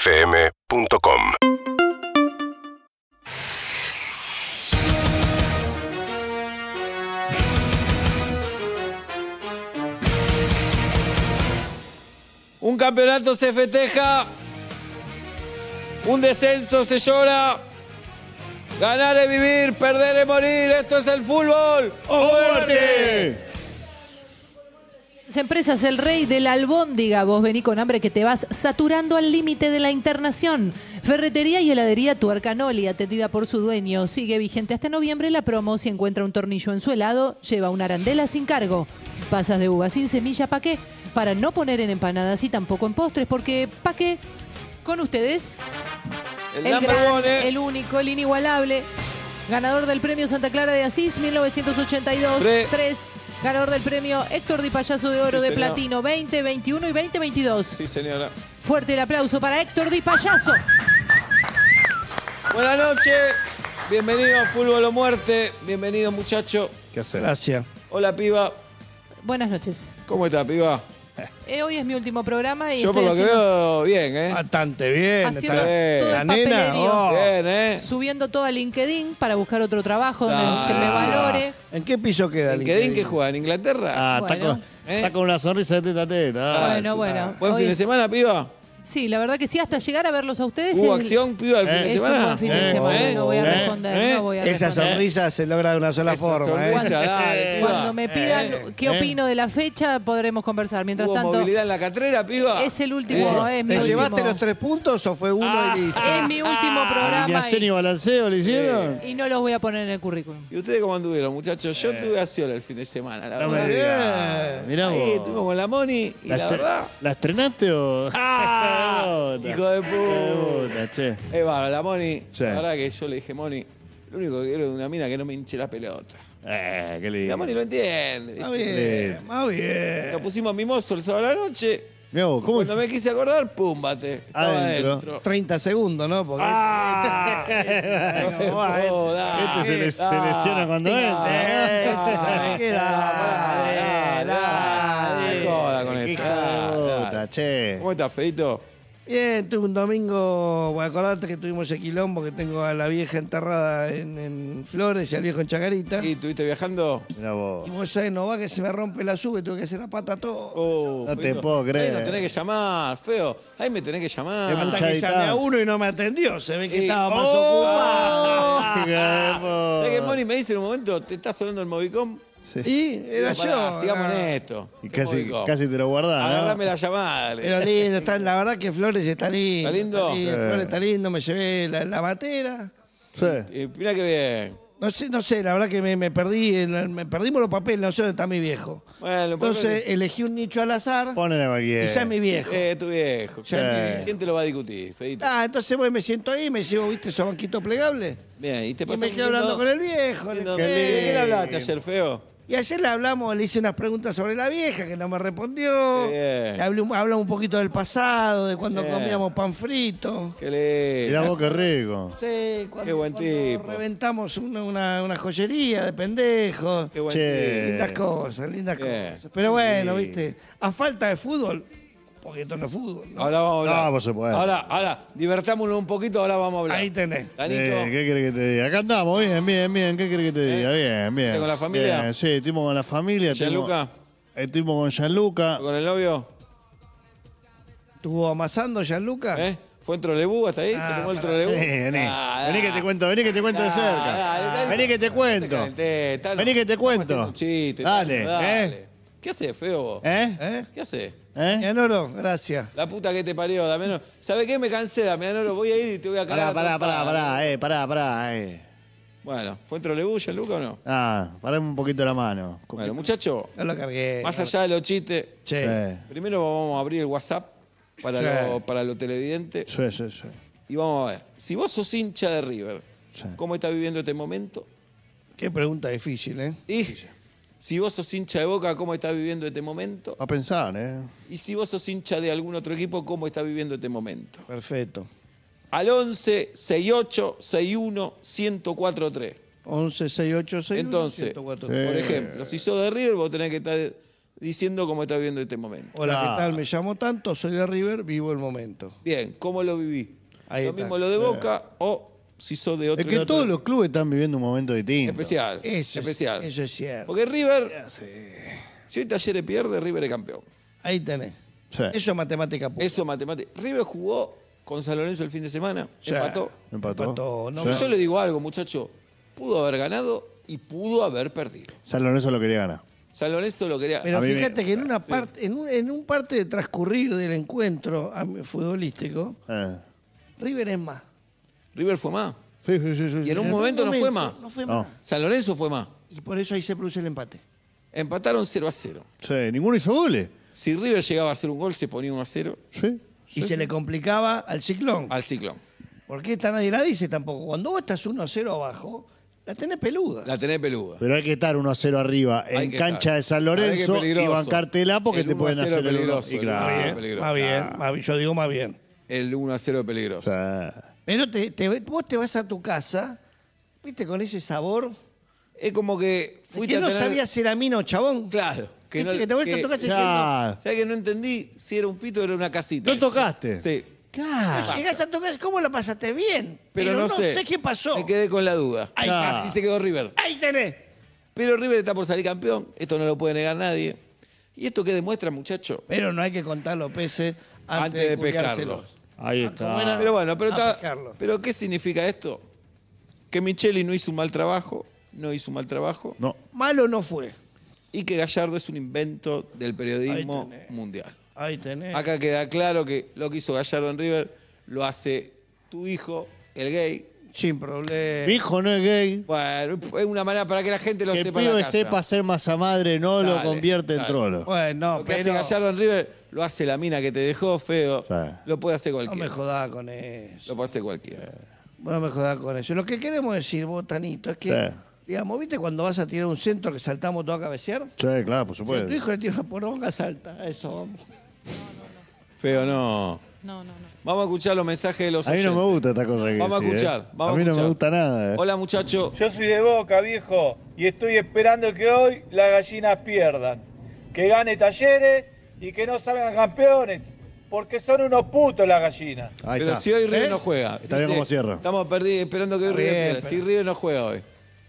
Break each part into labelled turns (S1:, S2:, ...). S1: UrbanaPlayFM.com
S2: Un campeonato se festeja. Un descenso se llora. Ganar es vivir, perder es morir. Esto es el fútbol.
S3: Las empresas, el rey de la albóndiga, vos vení con hambre que te vas saturando al límite de la internación. Ferretería y heladería Tuercanoli, atendida por su dueño, sigue vigente hasta noviembre la promo. Si encuentra un tornillo en su helado, lleva una arandela sin cargo. Pasas de uva sin semilla, ¿pa' qué? Para no poner en empanadas y tampoco en postres, porque ¿pa' qué? Con ustedes,
S2: El,
S3: el,
S2: number
S3: gran,
S2: one, eh.
S3: el único, el inigualable. Ganador del premio Santa Clara de Asís, 1982.
S2: Tre-
S3: 3. Ganador del premio Héctor Di Payaso de Oro
S2: Sí, señor.
S3: de Platino, 20, 21 y 20, 22.
S2: Sí, señora.
S3: Fuerte el aplauso para Héctor Di Payaso.
S2: Buenas noches. Bienvenido a Fútbol o Muerte. Bienvenido, muchacho.
S4: ¿Qué hacer?
S5: Gracias.
S2: Hola, piba.
S3: Buenas noches.
S2: ¿Cómo está, piba?
S3: Eh, hoy es mi último programa y
S2: Yo, por lo
S3: estoy
S2: que veo,
S3: haciendo-
S2: bien, ¿eh?
S5: Ah, Bastante bien.
S3: haciendo
S5: Está-
S2: bien.
S3: todo
S5: la
S3: el
S5: nena.
S3: papelerío.
S5: oh.
S2: Bien, ¿eh?
S3: Subiendo todo a LinkedIn para buscar otro trabajo donde
S2: Ah.
S3: se me valore.
S5: ¿En qué piso queda?
S2: ¿En
S5: el
S2: qué
S5: LinkedIn?
S2: que juega? ¿En Inglaterra?
S4: Ah, está,
S3: Bueno.
S4: con,
S2: ¿Eh?
S4: está con una sonrisa de teta a teta. Ah,
S3: bueno, bueno.
S2: Buen
S3: Hoy-
S2: fin de semana, piba.
S3: Sí, la verdad que sí, hasta llegar a verlos a ustedes.
S2: ¿Hubo
S3: es-
S2: acción, piba, el fin de
S3: Es un
S2: semana?
S3: buen fin de
S4: Eh,
S3: semana,
S4: eh,
S3: no voy a
S4: eh,
S3: responder,
S2: eh.
S3: no voy a
S5: Esa
S3: responder.
S5: sonrisa se logra de una sola
S2: Esa
S5: forma. ¿eh?
S2: sonrisa, dale, piba.
S3: Cuando me pidan
S2: Eh,
S3: qué
S4: eh.
S3: opino de la fecha, podremos conversar. Mientras
S2: ¿Hubo
S3: tanto,
S2: movilidad en la catrera, piba?
S3: es el último,
S2: Eh,
S3: es mi
S5: ¿Te
S3: último. Ah,
S5: llevaste los tres puntos o fue uno y listo?
S3: Es mi último
S2: Ah.
S3: programa
S4: Alineación y
S3: y,
S4: balanceo Ah, le hicieron.
S3: y no los voy a poner en el currículum.
S2: ¿Y ustedes cómo anduvieron, muchachos? Yo tuve a Ciola el fin de semana, la
S4: Eh. No me
S2: verdad.
S4: digas. Mirá
S2: Ahí estuvimos
S4: vos.
S2: con la Moni y la,
S4: estre-
S2: verdad.
S4: ¿La estrenaste o...?
S2: ¡Ah!
S4: Hijo de puta.
S2: Hijo de
S4: Hijo de
S2: puta.
S4: puta, che.
S2: Es bárbaro, la Moni.
S4: Sí.
S2: La verdad que yo le dije, Moni, lo único que quiero es una mina que no me hinche la pelota.
S4: Eh, qué
S2: Y
S4: lindo.
S2: la Moni lo entiende.
S5: Más
S2: ¿viste?
S5: bien, más bien.
S2: Nos pusimos mimoso el sábado a la noche.
S4: Mirá vos, ¿cómo
S2: Cuando me quise acordar, púmbate. Estaba
S4: Adentro.
S2: adentro.
S5: 30 segundos, ¿no? Porque
S2: Ah. Oh, dale.
S4: Este se, le- se
S2: Ah,
S4: lesiona cuando entra. este
S5: eh, ¿sabes qué? Dale,
S2: Ah, dale,
S5: dale.
S2: joda con
S4: Eh, Qué
S2: eso,
S4: hijo de
S2: dale.
S4: puta, che.
S2: ¿Cómo estás, Feito?
S5: Bien, tuve un domingo, bueno, acordate que tuvimos el quilombo, que tengo a la vieja enterrada en, en Flores y al viejo en Chacarita.
S2: ¿Y estuviste viajando?
S4: Mirá vos.
S5: Y vos sabés, no va que se me rompe la sube, tuve que hacer la pata a todo.
S2: Oh,
S4: No te
S2: Feito.
S4: puedo creer.
S2: Ahí nos tenés que llamar, feo. Ahí me tenés que llamar.
S4: Es
S5: Hasta
S4: mucha
S5: que llamé
S4: distancia.
S5: a uno y no me atendió, se ve que
S2: Y-
S5: estaba más
S2: ¡Oh!
S4: Hijo de
S2: ¿Sabés que
S4: puta.
S2: Moni me dice en un momento, te está sonando el Movicom?
S5: ocupado. Y era
S2: Digo, pará,
S5: yo.
S2: Sigamos
S5: no.
S2: en este. esto.
S4: Y
S2: ¿Qué
S4: casi,
S2: Movicom?
S4: casi te lo guardás,
S2: Agarrame
S4: ¿no?
S2: la llamada. le-
S5: Pero lindo, está- la verdad que Flores está lindo.
S2: ¿Está lindo?
S5: Flores está lindo, me llevé la, la batera.
S4: Sí.
S2: Eh, mirá que bien.
S5: No sé, no sé, la verdad que me, me perdí, en- me perdimos los papeles, no sé dónde está mi viejo.
S2: Bueno, por
S5: Entonces
S2: menos-
S5: elegí un nicho al azar
S4: Ponen a cualquiera.
S5: y ya es mi viejo.
S2: Eh, tu viejo.
S4: Ya.
S2: ¿Quién te lo va a discutir, Feito?
S5: Ah, entonces voy, me siento ahí, me llevo, viste, esos banquitos plegables.
S2: Bien, y te
S5: Y
S2: pasó
S5: me quedo hablando con el viejo. le-
S2: ¿De qué le hablaste ayer, feo?
S5: Y ayer le hablamos, le hice unas preguntas sobre la vieja que no me respondió.
S2: Qué bien.
S5: Le hablé un- hablamos un poquito del pasado, de cuando
S2: Bien.
S5: comíamos pan frito.
S2: Qué le...
S4: Mirá vos qué rico.
S5: Sí, cuando,
S2: Qué buen
S5: cuando
S2: tipo.
S5: reventamos una, una- una joyería de pendejos.
S2: Qué buen
S4: Che.
S2: tipo.
S5: Lindas cosas, lindas
S2: Bien.
S5: cosas. Pero bueno, viste, a falta de fútbol, porque esto no es fútbol. ¿no?
S2: Ahora vamos a hablar.
S4: No, por supuesto.
S2: Ahora, ahora, divertámonos un poquito, ahora vamos a hablar.
S5: Ahí tenés.
S2: Danito,
S4: Eh, ¿Qué querés que te diga? Acá andamos, bien, bien, bien. ¿Qué querés que te diga? Bien, bien.
S2: ¿Eh? ¿Estás con la familia?
S4: Bien, sí, estuvimos con la familia. estuvimos-
S2: Gianluca.
S4: eh, Estuvimos con Gianluca.
S2: ¿Con el novio?
S5: ¿Estuvo amasando, Gianluca?
S2: ¿Eh? ¿Fue en trolebú hasta ahí? ¿Se
S5: Ah,
S2: tomó el
S5: pará.
S2: trolebú?
S4: Eh, vení,
S2: Ah,
S4: vení que te cuento, vení que te cuento de
S2: Ah, dale,
S4: cerca.
S2: dale.
S4: Vení que te cuento.
S2: No te calentés, Tano.
S4: Vení que te
S2: Estamos
S4: cuento.
S2: haciendo un chiste,
S4: Dale,
S2: Tano, dale.
S4: ¿eh?
S2: ¿Qué haces, feo vos?
S4: ¿Eh?
S5: ¿Eh?
S2: ¿Qué haces?
S4: ¿Eh?
S5: Gianoro, gracias.
S2: La puta que te parió, Damiano. ¿Sabes qué? Me cansé, Damiano. lo Voy a ir y te voy a
S4: Pará,
S2: cagar.
S4: pará,
S2: a
S4: pará,
S2: trompadas.
S4: pará, eh, pará, pará, eh.
S2: Bueno, ¿fue en trolebú, Gianluca, o no?
S4: Ah, parame un poquito la mano.
S2: Bueno, muchacho,
S5: No lo cargué.
S2: más
S5: no-
S2: allá de los chistes,
S5: Eh, Che.
S4: Sí,
S2: primero vamos a abrir el WhatsApp para,
S5: Sí.
S2: lo, para lo televidente.
S4: sí, sí, sí.
S2: Y vamos a ver. Si vos sos hincha de River,
S4: Sí.
S2: ¿cómo estás viviendo este momento?
S5: Qué pregunta difícil, ¿eh?
S2: Y si vos sos hincha de Boca, ¿cómo estás viviendo este momento?
S4: A pensar, eh.
S2: Y si vos sos hincha de algún otro equipo, ¿cómo estás viviendo este momento?
S5: Perfecto.
S2: Al 11 68 61 1043.
S5: 11, 6, 8, 6,
S2: Entonces, por ejemplo, si sos de River, vos tenés que estar diciendo cómo está viviendo este momento.
S5: Hola,
S4: Ah.
S5: ¿qué tal? Me llamo tanto, soy de River, vivo el momento.
S2: Bien, ¿cómo lo viví?
S5: Ahí
S2: lo
S5: está.
S2: mismo lo de Boca o si sos de otro
S4: Es que todos los clubes están viviendo un momento distinto.
S2: especial,
S5: Eso es-
S2: especial.
S5: eso es cierto.
S2: Porque River si hoy Talleres pierde, River es campeón.
S5: Ahí tenés.
S4: Sí.
S5: Eso es matemática pura.
S2: Eso matemática. River jugó con San Lorenzo el fin de semana,
S5: Sí.
S2: empató.
S4: Empató.
S5: Empató, no.
S4: Sí.
S2: Yo le digo algo, muchacho, pudo haber ganado y pudo haber perdido.
S4: San Lorenzo lo quería ganar.
S2: San Lorenzo lo quería.
S5: Pero
S4: A mí me-
S5: fíjate que en una parte, en un, en un parte de transcurrir del encuentro ah, futbolístico,
S4: Eh.
S5: River es más.
S2: River fue más.
S4: Sí, sí, sí, sí,
S2: Y en
S4: sí.
S2: un momento no fue más.
S5: No fue
S4: No.
S5: más.
S2: San Lorenzo fue más.
S5: Y por eso ahí se produce el empate.
S2: Empataron 0 a 0.
S4: Sí, ninguno hizo goles.
S2: Si River llegaba a hacer un gol, se ponía 1 a 0
S4: Sí.
S5: Y se le complicaba al ciclón.
S2: al ciclón.
S5: Porque esta nadie la dice tampoco. Cuando vos estás 1 a 0 abajo, la tenés peluda.
S2: La tenés peluda.
S4: Pero hay que estar 1 a 0 arriba
S2: Hay
S4: en
S2: que estar.
S4: cancha de San
S2: Sabés que
S4: Lorenzo
S2: es
S4: y
S2: peligroso.
S4: bancártela porque
S2: El
S4: te
S2: 1 a
S4: pueden
S2: 0
S4: hacer el uno.
S2: peligroso,
S4: Y
S2: el 1 a
S4: claro.
S2: 0
S4: Sí.
S2: peligroso.
S5: más bien,
S4: Ah.
S5: más bien, yo digo más bien.
S2: El 1 a 0 peligroso.
S5: Pero te, te- vos te vas a tu casa, viste, con ese sabor.
S2: Es como que fuiste
S5: que
S2: a
S5: no
S2: tener-
S5: sabías si era mina o chabón.
S2: Claro.
S5: Que, que te vas a tu casa diciendo.
S4: Claro.
S2: ¿Sabés que no entendí si era un pito o era una casita?
S4: No tocaste.
S2: Sí.
S4: Claro.
S5: Llegás a tu casa, ¿cómo la pasaste bien?
S2: Pero, no, sé.
S5: qué pasó.
S2: Me quedé con la duda.
S5: Ahí
S4: está.
S2: Así se quedó River.
S5: Ahí tenés.
S2: Pero River está por salir campeón. Esto no lo puede negar nadie. ¿Y esto qué demuestra, muchacho?
S5: Pero no hay que contar los peces antes,
S2: Antes de
S5: de, pescarlos.
S2: pescarlos.
S4: Ahí
S5: Ah.
S4: está.
S2: Pero bueno, pero,
S5: A
S2: está-
S5: pescarlo.
S2: pero ¿qué significa esto? Que Micheli no hizo un mal trabajo, no hizo un mal trabajo,
S4: No.
S5: Malo no fue.
S2: y que Gallardo es un invento del periodismo
S5: Ahí tenés.
S2: mundial.
S5: Ahí tenés.
S2: Acá queda claro que lo que hizo Gallardo en River lo hace tu hijo, el gay.
S5: Sin problema.
S4: Mi hijo no es gay.
S2: Bueno, es una manera para que la gente lo
S4: Que el
S2: sepa. en la
S4: pibe
S2: casa.
S4: sepa hacer masa madre no lo
S2: Dale,
S4: convierte en
S2: dale.
S4: trolo.
S5: Bueno,
S2: Lo que hace
S5: pero
S2: Gallardo en River lo hace la mina que te dejó feo.
S4: Sí.
S2: Lo puede hacer
S5: no me
S2: cualquiera.
S5: jodás con eso.
S2: lo puede hacer cualquiera.
S5: No me jodás con eso. Lo que queremos decir, botanito, es que,
S4: Sí.
S5: digamos, ¿viste cuando vas a tirar un centro que saltamos todo a cabecear?
S4: Sí, claro, por
S5: Si a tu
S4: supuesto.
S5: hijo le tira una poronga, salta. A Eso vamos.
S2: Feo no.
S3: No, no, no.
S2: Vamos a escuchar los mensajes de los
S4: A mí no me
S2: oyentes.
S4: gusta esta cosa que
S2: Vamos a
S4: decís, ¿eh?
S2: escuchar. Vamos
S4: a mí no
S2: escuchar.
S4: me gusta nada. ¿eh?
S2: Hola muchacho.
S6: Yo soy de Boca, viejo, y estoy esperando que hoy las gallinas pierdan. Que gane Talleres y que no salgan campeones, porque son unos putos las gallinas.
S4: Ahí
S2: Pero
S4: está.
S2: si hoy River
S4: ¿Eh?
S2: no juega.
S4: Está bien como cierra.
S2: Estamos perdidos, esperando que hoy
S5: Está
S2: River
S5: bien,
S2: pierda.
S5: pero-
S2: Si River no juega hoy.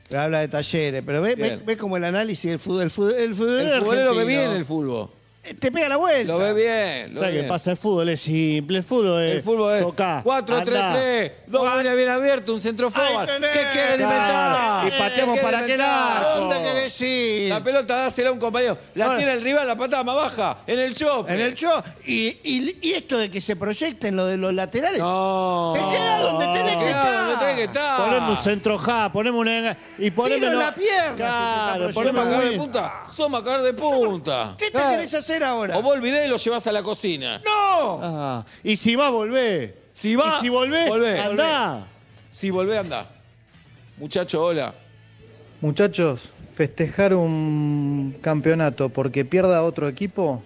S5: Pero habla de talleres, pero ves
S2: Bien.
S5: como el análisis del fútbol. El fútbol, el futbolero
S2: El futbolero ve
S5: argentino,
S2: bien el fútbol.
S5: eh, Te pega la vuelta.
S2: Lo ve bien. Lo ve
S4: ¿Sabes qué
S2: bien.
S4: pasa? El fútbol es simple. El fútbol es.
S2: El fútbol es
S4: Tocá,
S2: 4-3-3, dos goles bien abiertos, un centro forward.
S5: Ahí tenés.
S2: ¿Qué quieren inventar?
S4: Claro. Y pateamos
S2: quieren
S4: para aquel
S2: inventar?
S4: arco.
S5: ¿Dónde querés ir?
S2: La pelota dásela a un compañero. La
S4: Bueno.
S2: tiene el rival, la patada más baja. En el chope.
S5: En el show. Y, y- y esto de que se proyecten lo de los laterales.
S2: No.
S5: Te queda donde tenés que
S2: Claro,
S5: estar.
S2: donde tenés que
S4: andá.
S2: estar.
S4: Poneme un centro ja, poneme una. Y poneme.
S5: Tiro en
S4: no-
S5: la pierna, si te
S4: Claro,
S2: Somos
S5: está
S4: poneme
S5: proyectando.
S2: a
S4: un
S2: cagar de
S4: buen-
S2: punta. Somos a cagar de punta.
S5: ¿Qué te
S4: Claro.
S5: querés hacer ahora?
S2: O vos olvidás y lo llevás a la cocina.
S5: ¡No!
S4: Ah, y si va, volvé.
S2: Si va,
S4: y si volvé,
S2: volvé.
S4: andá.
S2: Si volvés, andá. Muchacho, hola.
S7: Muchachos, festejar un campeonato porque pierda otro equipo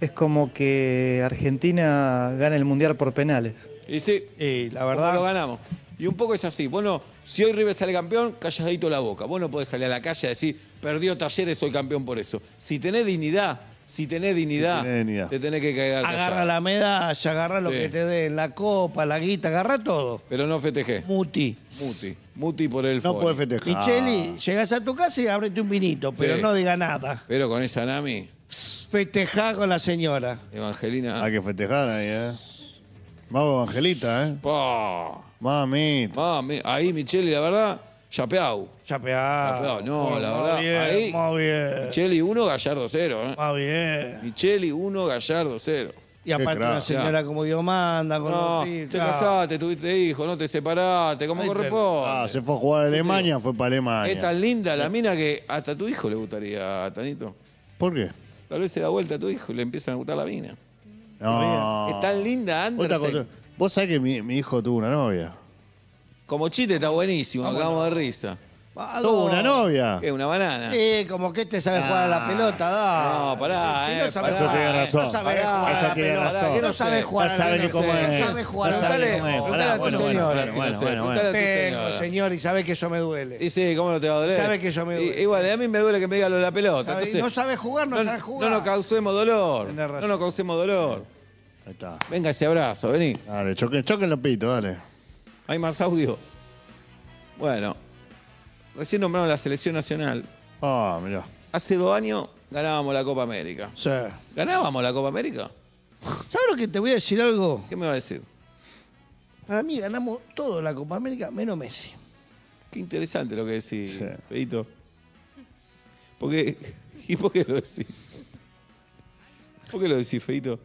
S7: es como que Argentina gane el Mundial por penales.
S2: Y sí,
S5: Y la
S2: ¿verdad? lo
S5: verdad,
S2: ganamos. Y un poco es así. Bueno, si hoy River sale campeón, calladito la boca. Vos no podés salir a la calle a decir, perdió talleres, soy campeón por eso. Si tenés dignidad, si tenés dignidad,
S4: tenés dignidad.
S2: te tenés que caer
S5: agarra
S2: callado.
S5: la medalla, agarra lo
S2: Sí.
S5: que te den, la copa, la guita, agarra todo.
S2: Pero no festejé.
S5: Muti.
S2: Muti. Muti por el
S4: No
S2: foro.
S4: puede festejar.
S5: Micheli, llegás a tu casa y ábrete un vinito, pero
S2: Ah. Sí.
S5: no diga nada.
S2: Pero con esa Nami,
S5: Festejá con la señora.
S2: Evangelina.
S4: Hay que festejar ahí, ¿eh? Vamos, Angelita, ¿eh?
S2: Pa.
S4: Mamita.
S2: Mami, ahí Micheli, la verdad, chapeau.
S5: Chapeado.
S2: Chapeado, no, la
S5: Ah, Muy
S2: verdad,
S5: bien,
S2: ahí-
S5: Muy bien.
S2: Micheli 1, Gallardo 0. ¿eh?
S5: Muy bien.
S2: Micheli 1, Gallardo 0.
S5: Y aparte
S4: crack.
S5: una señora como Dios manda, con
S2: No,
S5: los hijos,
S2: te
S5: claro.
S2: casaste, tuviste hijos, no te separaste, como
S5: Ay,
S2: corresponde.
S4: Ah, se fue a jugar a Alemania, fue para Alemania.
S2: Es tan linda la mina que hasta a tu hijo le gustaría, Tanito.
S4: ¿Por qué?
S2: Tal vez se da vuelta a tu hijo y le empiezan a gustar la mina.
S4: No.
S2: Es tan linda,
S4: Vos te
S2: Anderson.
S4: acordás- Vos sabés que mi, mi hijo tuvo una novia.
S2: Como chiste está buenísimo, acabamos de risa.
S4: Tuvo una novia.
S2: ¿Qué? ¿Una banana?
S8: Sí, como que este sabe jugar a la pelota, da.
S2: Ah. No, pará,
S8: Que
S2: eh,
S8: no sabe
S2: pará.
S4: Eso tiene razón.
S8: No sabe jugar a
S4: Eso
S8: la
S4: tiene
S8: pelota.
S4: razón.
S8: No sabe jugar
S4: No
S8: a
S4: sabe
S8: la
S4: ni cómo
S8: pelota.
S4: es.
S8: No sabe jugar a la
S2: Preguntale,
S8: pelota.
S4: pelota.
S2: preguntale a tu
S4: Bueno, bueno,
S2: señora,
S4: bueno,
S2: si
S4: bueno,
S2: no sé,
S4: bueno,
S2: preguntale a tu
S8: Tengo,
S2: señora.
S8: señor, y sabe que eso me duele.
S2: Y sí, ¿cómo no te va a doler?
S8: Sabe que yo me
S2: Y-
S8: duele.
S2: Igual, a mí me duele que me diga lo de la pelota.
S8: Sabe-
S2: entonces,
S8: no sabe jugar, no, sabe
S2: no
S8: jugar.
S2: nos causemos dolor.
S8: Tenés razón.
S2: No nos causemos dolor.
S4: Ahí está.
S2: Venga ese abrazo, vení.
S4: Dale, choquen, choquen los pitos, dale.
S2: ¿Hay más audio? Bueno, recién nombraron la selección nacional.
S4: Ah, mirá.
S2: Hace dos años ganábamos la Copa América.
S5: O sea,
S2: ¿Ganábamos la Copa América?
S5: ¿Sabes lo que te voy a decir algo?
S2: ¿Qué me va a decir?
S5: Para mí ganamos todo la Copa América menos Messi.
S2: Qué interesante lo que decís,
S4: Sí.
S2: Feito. Porque, ¿Y por qué lo decís? ¿Por qué lo decís, Feito?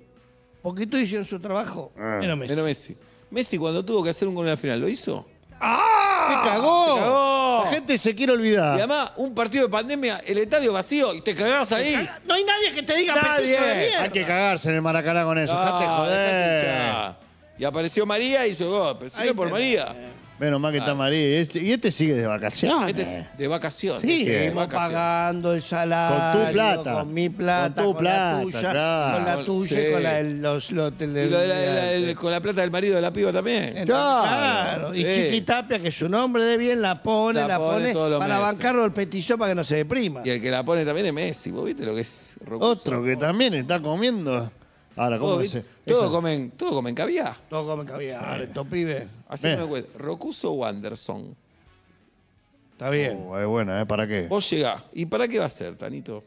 S5: Porque todos hicieron su trabajo menos Messi.
S2: Ah. Menos Messi. Messi cuando tuvo que hacer un gol en la final, ¿lo hizo?
S4: ¡Ah! ¡Se cagó!
S2: ¡Se cagó!
S4: La gente se quiere
S8: Ah.
S2: Y
S4: olvidar.
S2: además, un partido de pandemia, el estadio vacío y te cagás ahí.
S5: No hay nadie que te diga
S2: Nadie.
S5: petizo de mierda.
S4: Hay que cagarse en el Maracaná con eso.
S2: Ah,
S4: dejate
S2: dejate
S4: joder.
S2: hinchar. Y apareció María y hizo gol. Pero si no
S5: Ahí
S2: es por
S5: tenés.
S2: María.
S4: Menos mal que está María. Y este, y este sigue de vacaciones.
S2: Ah. Este es de vacaciones.
S4: Sí,
S2: de
S4: eh.
S5: Seguimos
S2: vacaciones.
S5: pagando el salario.
S4: Con tu plata.
S5: Con mi plata. Con
S4: Con tu plata,
S5: La tuya,
S4: claro.
S5: Con la tuya
S2: Sí.
S5: y con la de los. los de-
S2: Y lo de la- de la- el- con la plata del marido de la piba también.
S5: Entonces,
S4: Claro.
S5: Claro.
S2: Sí.
S5: Y Chiquitapia, que su nombre de bien, la pone,
S2: La
S5: la,
S2: pone
S5: pone,
S2: todos los
S5: para
S2: meses.
S5: bancarlo el petizó para que no se deprima.
S2: Y el que la pone también es Messi. ¿Vos viste lo que es? Rocuso?
S4: Otro que también está comiendo. Ahora, ¿cómo
S2: Vos
S4: dice?
S2: viste- Todos comen, todos comen caviar.
S5: Todo come caviar, estos pibes.
S2: Así
S4: Bien.
S2: me cuenta. Rocuso o Anderson.
S5: Está bien.
S4: es buena, ¿eh? ¿Para qué?
S2: Vos llegás. ¿Y para qué va a ser, Tanito?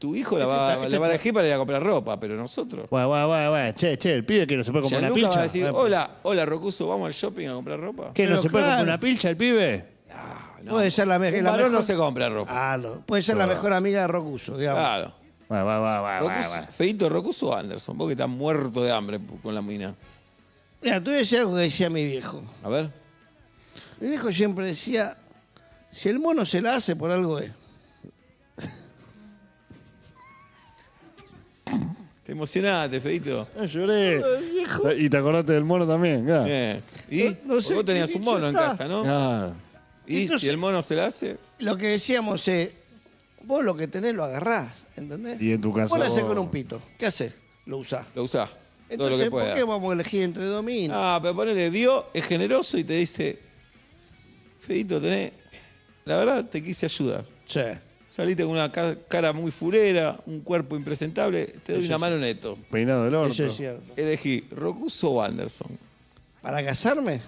S2: Tu hijo la va,
S4: está- este
S2: la va a
S4: está-
S2: elegir para ir a comprar ropa, pero nosotros.
S4: Bueno, bueno, bueno, bueno. Che, che, el pibe que no se puede comprar una
S2: Gianluca va
S4: pilcha.
S2: a decir,
S4: Eh,
S2: hola, hola Rocuso, vamos al shopping a comprar ropa. Ah,
S4: ¿Que no
S5: Pero
S4: se puede comprar
S5: claro.
S4: una pilcha el pibe?
S2: No,
S5: Puede ser la, me-
S2: Un
S5: la
S2: varón
S5: mejor.
S2: no se compra ropa.
S5: Ah, no. Puede ser la mejor amiga de Rocuso, digamos.
S2: Claro.
S4: Bueno, bueno, bueno, Ah, bueno,
S2: Rocuso-
S4: bueno.
S2: Feito Rocuso o Anderson, vos que estás muerto de hambre con la mina.
S5: Mira, te voy a decir algo que decía mi viejo.
S2: A ver.
S5: Mi viejo siempre decía: si el mono se la hace, por algo es.
S2: Te emocionaste, Feito.
S4: Ah, lloré. Y te acordaste del mono también, claro.
S2: Eh, y
S5: No- no sé
S2: vos
S5: qué
S2: tenías un
S5: dicho
S2: mono en
S5: está.
S2: casa, ¿no?
S4: Claro.
S2: Y
S5: Entonces-
S2: si el mono se la hace,
S5: Lo que decíamos es: vos lo que tenés lo agarrás, ¿entendés?
S4: Y en tu caso
S5: Vos lo hacés
S4: vos-
S5: con un pito. ¿Qué haces? Lo usás.
S2: lo usás. todo lo
S5: Entonces,
S2: que
S5: ¿por
S2: pueda.
S5: qué vamos a elegir entre dominos?
S2: Ah, pero ponele, Dios es generoso y te dice, Feito, tenés, la verdad te quise ayudar.
S5: Sí.
S2: Saliste con una ca- cara muy fulera, un cuerpo impresentable, te doy una mano neto.
S4: Peinado del orto.
S5: Eso es cierto.
S2: Elegí Rocuso o Anderson.
S5: ¿Para casarme?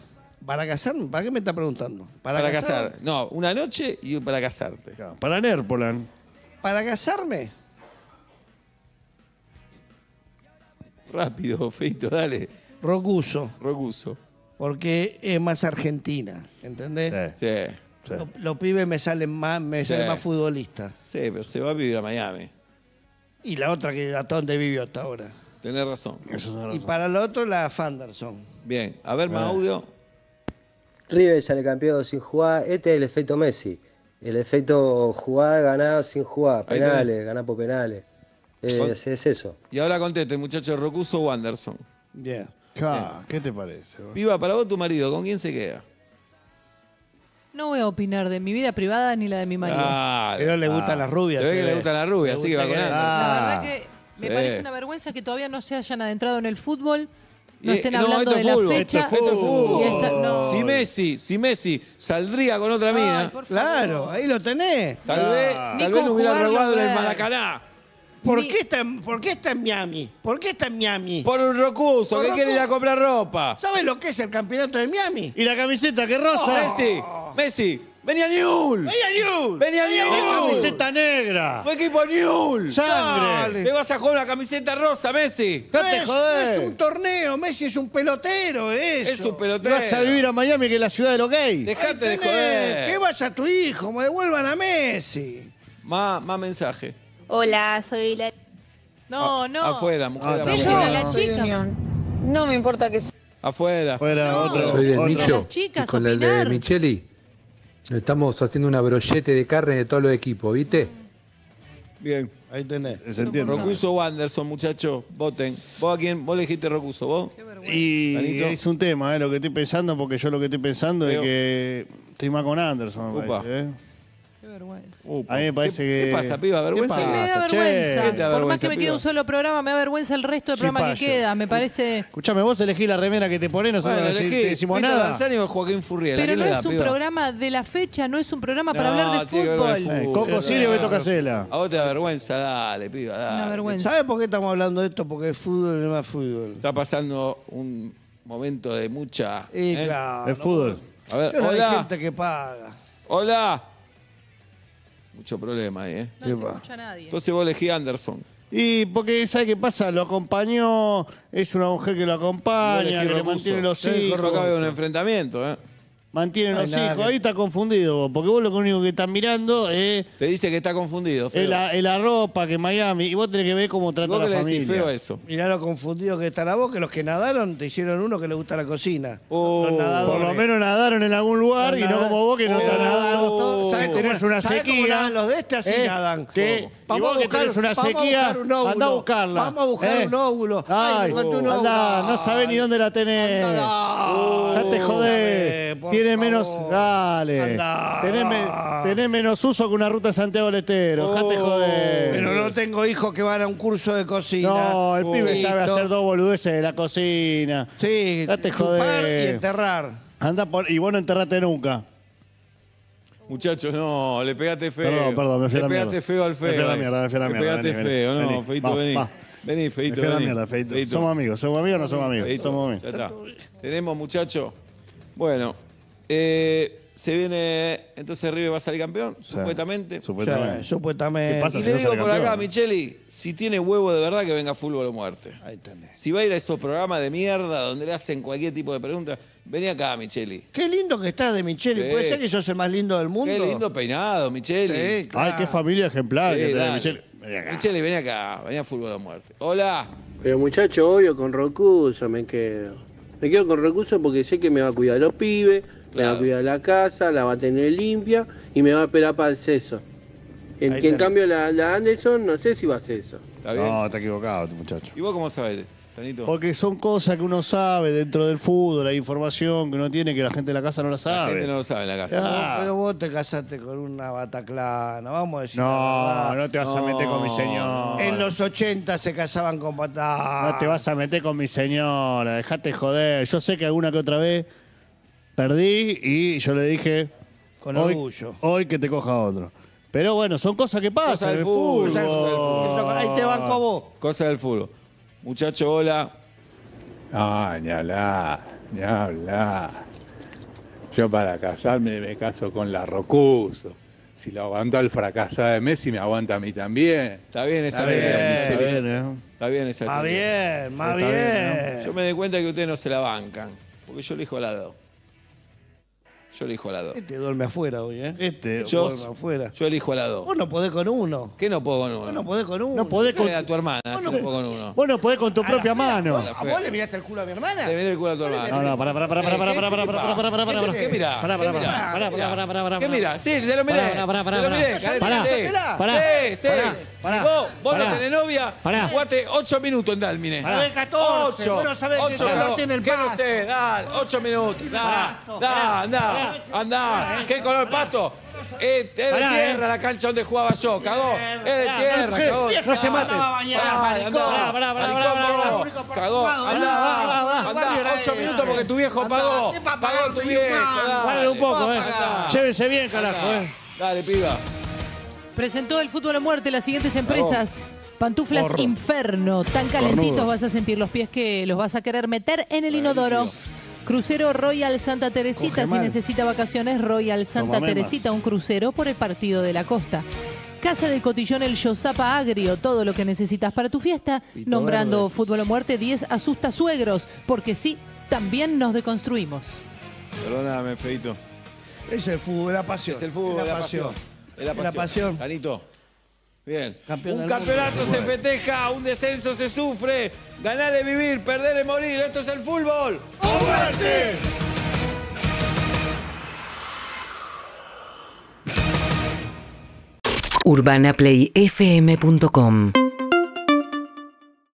S5: ¿Para casarme? ¿Para qué me está preguntando?
S2: Para,
S5: casar-
S2: casar. No, una noche y para casarte.
S4: Claro. Para Nerpolan.
S5: ¿Para casarme?
S2: Rápido, Feito, dale.
S5: Rocuso,
S2: Rocuso.
S5: porque es más argentina, ¿entendés?
S4: Sí,
S2: Sí.
S4: sí.
S5: Los, los pibes me salen más, me
S2: Sí.
S5: salen más futbolistas.
S2: Sí, pero se va a vivir a Miami.
S5: Y la otra que hasta dónde vivió hasta ahora.
S2: Tenés razón.
S5: Y para el otro la Fanderson.
S2: Bien, a ver más audio.
S9: River sale campeón sin jugar. Este es el efecto Messi. El efecto jugar, ganar sin jugar.
S2: Ahí tenés.
S9: Penales, ganar por penales.
S2: Son-
S9: Es, es eso.
S2: Y ahora conteste, muchacho, Rocuso o Anderson.
S5: Yeah.
S4: Claro, ¿Qué te parece? vos?
S2: Viva, para vos tu marido, ¿con quién se queda?
S3: No voy a opinar de mi vida privada ni la de mi marido.
S2: Ah,
S5: Pero le gustan las rubias. eh.
S2: se ve que
S5: se
S2: le
S5: ve.
S2: gustan las rubias,
S5: Le
S2: así que va
S5: gusta
S2: con
S5: que-
S2: Anderson.
S3: La
S4: Ah,
S3: verdad que me
S2: sí.
S3: parece una vergüenza que todavía no se hayan adentrado en el fútbol, no
S2: Eh,
S3: estén
S2: no,
S3: hablando
S2: esto
S3: de
S2: es
S3: la
S2: fútbol,
S3: fecha.
S2: esto es fútbol.
S3: y esta- no.
S2: Si Messi, si Messi saldría con otra
S3: Ay,
S2: mina,
S3: por favor.
S5: Ah, Claro, ahí lo tenés.
S2: tal vez,
S3: Ni
S2: tal vez no hubiera
S3: conjugarlo,
S2: robado en el
S3: ver.
S2: Maracaná.
S5: ¿Por
S3: Ni-
S5: qué, está, en- ¿Por qué está en Miami? ¿Por qué está en Miami?
S2: Por un rocuso,
S5: Por
S2: que
S5: rocuso.
S2: quiere ir a comprar ropa.
S5: ¿Sabes lo que es el campeonato de Miami?
S4: Y la camiseta que rosa.
S2: ¡Oh, Messi, Messi, venía Newell. Venía Newell. Venía
S4: La
S2: Newell.
S4: camiseta negra.
S2: Fue equipo Newell.
S4: Sangre.
S5: Dale.
S2: Te vas a jugar una camiseta rosa, Messi.
S5: No
S4: Dejate
S5: es,
S4: joder.
S5: no es un torneo, Messi es un pelotero, eso.
S2: Es un
S4: Te
S2: pelotero.
S4: vas a vivir a Miami, que es la ciudad de los gays.
S5: Ahí
S2: Dejate de
S5: tenés, ¿Qué
S2: joder.
S5: vas a tu hijo? Me devuelvan a Messi.
S2: Más, más mensaje.
S10: Hola, soy la...
S3: No, no.
S2: Afuera, mujer.
S4: Ah, está
S3: Dejen
S4: bueno.
S3: a la chica.
S10: No me importa que
S2: Afuera.
S4: Fuera otro.
S11: Soy del
S4: otro.
S3: Micho.
S11: Millo
S3: Las chicas,
S11: y con el de
S3: opinar.
S11: Micheli estamos haciendo una brochete de carne de todos los equipos, ¿viste?
S2: Bien.
S4: Ahí tenés. Se
S2: Rocuso o Anderson, muchachos, voten. ¿Vos a quién? ¿Vos elegiste Rocuso? ¿Vos?
S4: Y
S2: Danito.
S4: es un tema, eh, lo que estoy pensando, porque yo lo que estoy pensando
S2: Veo.
S4: es que estoy más con Anderson. me
S2: Upa.
S4: parece, eh.
S3: Qué vergüenza.
S4: A mí me parece
S2: ¿Qué-
S4: que.
S2: qué pasa, piba? ¿Vergüenza?
S4: ¿Qué
S3: Me da
S4: pasa, che?
S3: vergüenza.
S2: ¿Qué te da
S3: Por más
S2: vergüenza,
S3: que me quede
S2: piba?
S3: un solo programa, me da vergüenza el resto del programa que
S4: Chipallo.
S3: queda. Me parece.
S4: Escuchame, vos elegís la remera que te pones, nosotros
S2: Bueno,
S4: no te-
S2: elegí.
S4: te decimos
S2: Víctor
S4: nada.
S2: Danzani o Joaquín Furriel. ¿A
S3: Pero
S2: quién
S3: no
S2: le da,
S3: es un
S2: piba?
S3: programa de la fecha, no es un programa
S2: No,
S3: para hablar de
S2: tiene que ver con el
S3: fútbol.
S4: Eh,
S2: fútbol.
S4: Coco Silva y Beto
S2: Claro.
S4: Casela.
S2: A vos te da vergüenza, dale, piba, dale.
S3: Una vergüenza.
S5: ¿Sabe por qué estamos hablando de esto? Porque el fútbol es más fútbol.
S2: Está pasando un momento de mucha.
S5: Y
S2: ¿eh?
S5: claro.
S4: El fútbol.
S2: A ver,
S5: Pero hay
S2: hola,
S5: gente que paga.
S2: hola. Mucho problema ahí, ¿eh?
S3: No se escucha a nadie.
S2: Entonces vos elegí Anderson.
S4: Y porque, ¿sabe qué pasa? Lo acompañó, es una mujer que lo
S2: Vos
S4: acompaña,
S2: elegí
S4: que le
S2: Rocuso.
S4: mantiene los
S2: Ya dijo
S4: hijos.
S2: Roca, había un enfrentamiento, ¿eh?
S4: Mantiene
S5: No hay
S4: los
S5: nada
S4: hijos.
S5: que-
S4: Ahí está confundido vos, porque vos lo único que estás mirando es,
S2: Te dice que está confundido, feo.
S4: es la, es la ropa que Miami. Y vos tenés que ver cómo
S2: ¿Y
S4: trata
S2: vos
S4: la
S2: qué le decís
S4: familia.
S2: feo a eso?
S5: Mirá lo confundido que está la voz, que los que nadaron te hicieron uno que le gusta la cocina.
S2: Oh.
S5: los nadadores.
S4: Por lo menos nadaron en algún lugar y no
S5: Nada-
S4: como vos que no
S5: Oh.
S4: estás nadando.
S5: Todo- ¿sabés cómo-
S4: tenés una
S5: ¿sabés cómo
S4: sequía.
S5: nadan los de este? Así
S4: Eh,
S5: nadan.
S4: que-
S5: ¿Cómo?
S4: y vos que tenés una
S5: vamos a
S4: sequía,
S5: buscar un óvulo.
S4: andá a buscarla.
S5: Vamos a buscar
S4: Eh.
S5: un óvulo.
S4: Ay,
S5: encontré un
S4: andá,
S5: óvulo.
S4: no sabés ni dónde la tenés.
S5: Andá.
S4: Date joder.
S5: Dame, por
S4: Tiene
S5: favor.
S4: menos. Dale.
S5: Andá.
S4: Tenés, me- tenés menos uso que una ruta de Santiago del Estero. Date
S2: Oh,
S4: joder.
S5: Pero no tengo hijos que van a un curso de cocina.
S4: No, el pibe
S5: Listo.
S4: sabe hacer dos boludeces de la cocina.
S5: Sí,
S4: Date
S5: chupar
S4: joder.
S5: y enterrar.
S4: Anda por, y vos no enterraste nunca.
S2: Muchachos, no, le pegaste feo.
S4: Perdón, perdón, me fui
S2: Le
S4: a la mierda.
S2: pegaste feo al
S4: Me
S2: feo.
S4: fui a la
S2: ahí.
S4: mierda, me fui a la
S2: Le
S4: mierda,
S2: pegaste
S4: vení, vení,
S2: feo, no,
S4: vení.
S2: Feito,
S4: Va,
S2: vení.
S4: va.
S2: Vení,
S4: Me
S2: Feito,
S4: fui a la
S2: vení.
S4: mierda, Feito. Somos amigos, somos amigos o no somos amigos.
S2: Feito,
S4: Somos
S2: ya
S4: amigos.
S2: está. Tenemos, muchachos. Bueno, eh, se viene, entonces River va a salir campeón, supuestamente.
S5: Ya,
S4: Supuestamente.
S5: Eh, Supuestamente.
S4: ¿Qué pasa?
S2: y
S4: si no
S2: le digo
S4: sale
S2: por
S4: campeón.
S2: acá, Micheli, si tiene huevo de verdad que venga fútbol o muerte.
S5: Ahí tenés.
S2: Si va a ir a esos programas de mierda donde le hacen cualquier tipo de pregunta, vení acá, Micheli.
S5: Qué lindo que estás de Micheli.
S2: Sí.
S5: ¿Puede ser que sos el más lindo del mundo?
S2: Qué lindo peinado, Micheli.
S5: Sí,
S4: Ay,
S5: claro.
S4: qué familia ejemplar que
S2: Sí,
S4: tenés,
S2: dale.
S4: Michelle. Vení acá.
S2: Micheli, vení acá, vení a fútbol a muerte. Hola.
S9: Pero muchacho, obvio, con Rocuso me quedo. Me quedo con Rocuso porque sé que me va a cuidar los pibes, me va
S2: Claro.
S9: a cuidar la casa, la va a tener limpia y me va a esperar para el seso. En,
S5: Ahí
S9: que en
S5: tenés.
S9: cambio la, la Anderson no sé si va a hacer eso.
S2: ¿Está bien?
S4: No, está equivocado, tu muchacho.
S2: ¿Y vos cómo sabés, Tanito?
S4: Porque son cosas que uno sabe dentro del fútbol, hay información que uno tiene que la gente de la casa no la
S2: La
S4: sabe.
S2: gente no lo sabe en la casa.
S4: Ah.
S5: Vos- Pero vos te casaste con una bataclana, vamos a decir. la
S4: No,
S5: verdad.
S4: no te vas a meter con mi
S2: No.
S4: señor.
S5: En los 80 se casaban con bataclana.
S4: No te vas a meter con mi señora, dejate joder. Yo sé que alguna que otra vez perdí y yo le dije.
S5: Con
S4: hoy,
S5: orgullo.
S4: Hoy que te coja otro. Pero bueno, son cosas que pasan.
S2: del
S4: en el
S2: fútbol,
S4: fútbol.
S5: Eso- eso- Ahí te banco a vos.
S2: Cosa del fútbol. Muchacho, hola.
S11: Ah, ni hablar, ni hablar. Yo para casarme me caso con la Rocuso. Si lo aguantó al fracasado de Messi, me aguanta a mí también.
S2: Está bien esa
S4: Está bien,
S2: teoría, muchacho.
S4: está bien, ¿eh?
S2: Está bien esa
S5: Más
S2: teoría.
S5: bien, más
S4: Está bien,
S5: bien.
S2: Yo me doy cuenta que ustedes no se la bancan. Porque yo elijo a la dos. Yo elijo a la dos.
S5: Este duerme afuera hoy, ¿eh?
S4: Este,
S2: Yo,
S5: Duerme afuera.
S2: yo elijo a la dos.
S5: Vos no podés con uno.
S2: ¿Qué no puedo con uno?
S5: Vos no podés con uno.
S4: No podés
S2: con
S4: con,
S2: a tu hermana, si no puedo con uno.
S4: vos no podés con tu propia mano.
S2: la
S5: ¿A
S2: fea.
S5: vos le miraste el culo a mi hermana?
S2: Le viene el culo a tu
S4: Ah, No,
S2: hermana.
S4: no, pará, pará, pará, pará, pará, pará, pará, pará, pará, pará, pará,
S2: ¿Qué mirá?
S4: Pará,
S2: ¿Qué
S4: pará,
S2: mirá?
S4: pará, pará, pará, pará, pará,
S2: ¿Qué mira? Sí, se lo miré.
S4: Pará, pará, pará,
S2: se lo
S4: pará.
S2: miré. Caleta,
S4: Pará,
S2: sí.
S4: pará,
S2: Sí, sí.
S4: pará,
S2: Y vos, vos no
S4: pará.
S2: tenés novia.
S4: Pará.
S2: Jugate 8 minutos en Dalmine.
S4: Pará.
S5: Sabés 14, vos no sabés que te
S2: color,
S5: anoté en el
S2: ¿Qué no
S5: pasto.
S2: sé? Dale, 8 minutos. Da, da, andá, andá. ¿Qué color pasto? Eh, Es de
S4: Pará,
S2: tierra
S4: eh.
S2: la cancha donde jugaba yo, cagó. Es de
S4: Pará,
S2: tierra,
S4: no,
S2: cagó.
S4: no se mate.
S2: Pará,
S5: Pará,
S2: andá.
S4: pará, pará, pará,
S2: Maricón
S4: pará,
S2: vos.
S4: pará.
S2: Cagó,
S5: Pará,
S4: pará,
S2: andá,
S4: pará. eh.
S2: andá. 8 minutos porque tu viejo
S5: Andá,
S2: pagó.
S5: ¿qué pa' pagar
S2: Pagó tu
S5: tu
S2: viejo,
S5: viejo?
S2: dale.
S4: Dale un poco, eh.
S2: Pará.
S4: Llévense bien, carajo, eh.
S2: Dale, piba.
S3: Presentó el fútbol a muerte las siguientes empresas. Pantuflas Inferno, tan calentitos
S4: Cornudos.
S3: vas a sentir los pies que los vas a querer meter en el inodoro. Crucero Royal Santa Teresita,
S4: Coge
S3: si
S4: mal.
S3: necesita vacaciones, Royal Santa
S4: Toma memas.
S3: Teresita, un crucero por el partido de la costa. Casa del Cotillón El Yosapa Agrio, todo lo que necesitas para tu fiesta.
S5: Pito
S3: Nombrando
S5: verde.
S3: Fútbol a Muerte 10 asusta suegros, porque sí, también nos deconstruimos.
S2: Perdóname, Feito.
S5: Es el fútbol, la pasión.
S2: Es el fútbol,
S5: Es
S2: la pasión. Es la
S5: Es la
S2: pasión.
S5: pasión.
S2: Tanito. Bien.
S5: Campeón
S2: un
S5: del
S2: campeonato
S5: mundo,
S2: se
S5: por supuesto.
S2: festeja, un descenso se sufre. Ganar es vivir, perder es morir. Esto es el fútbol.
S9: UrbanaPlayFM.com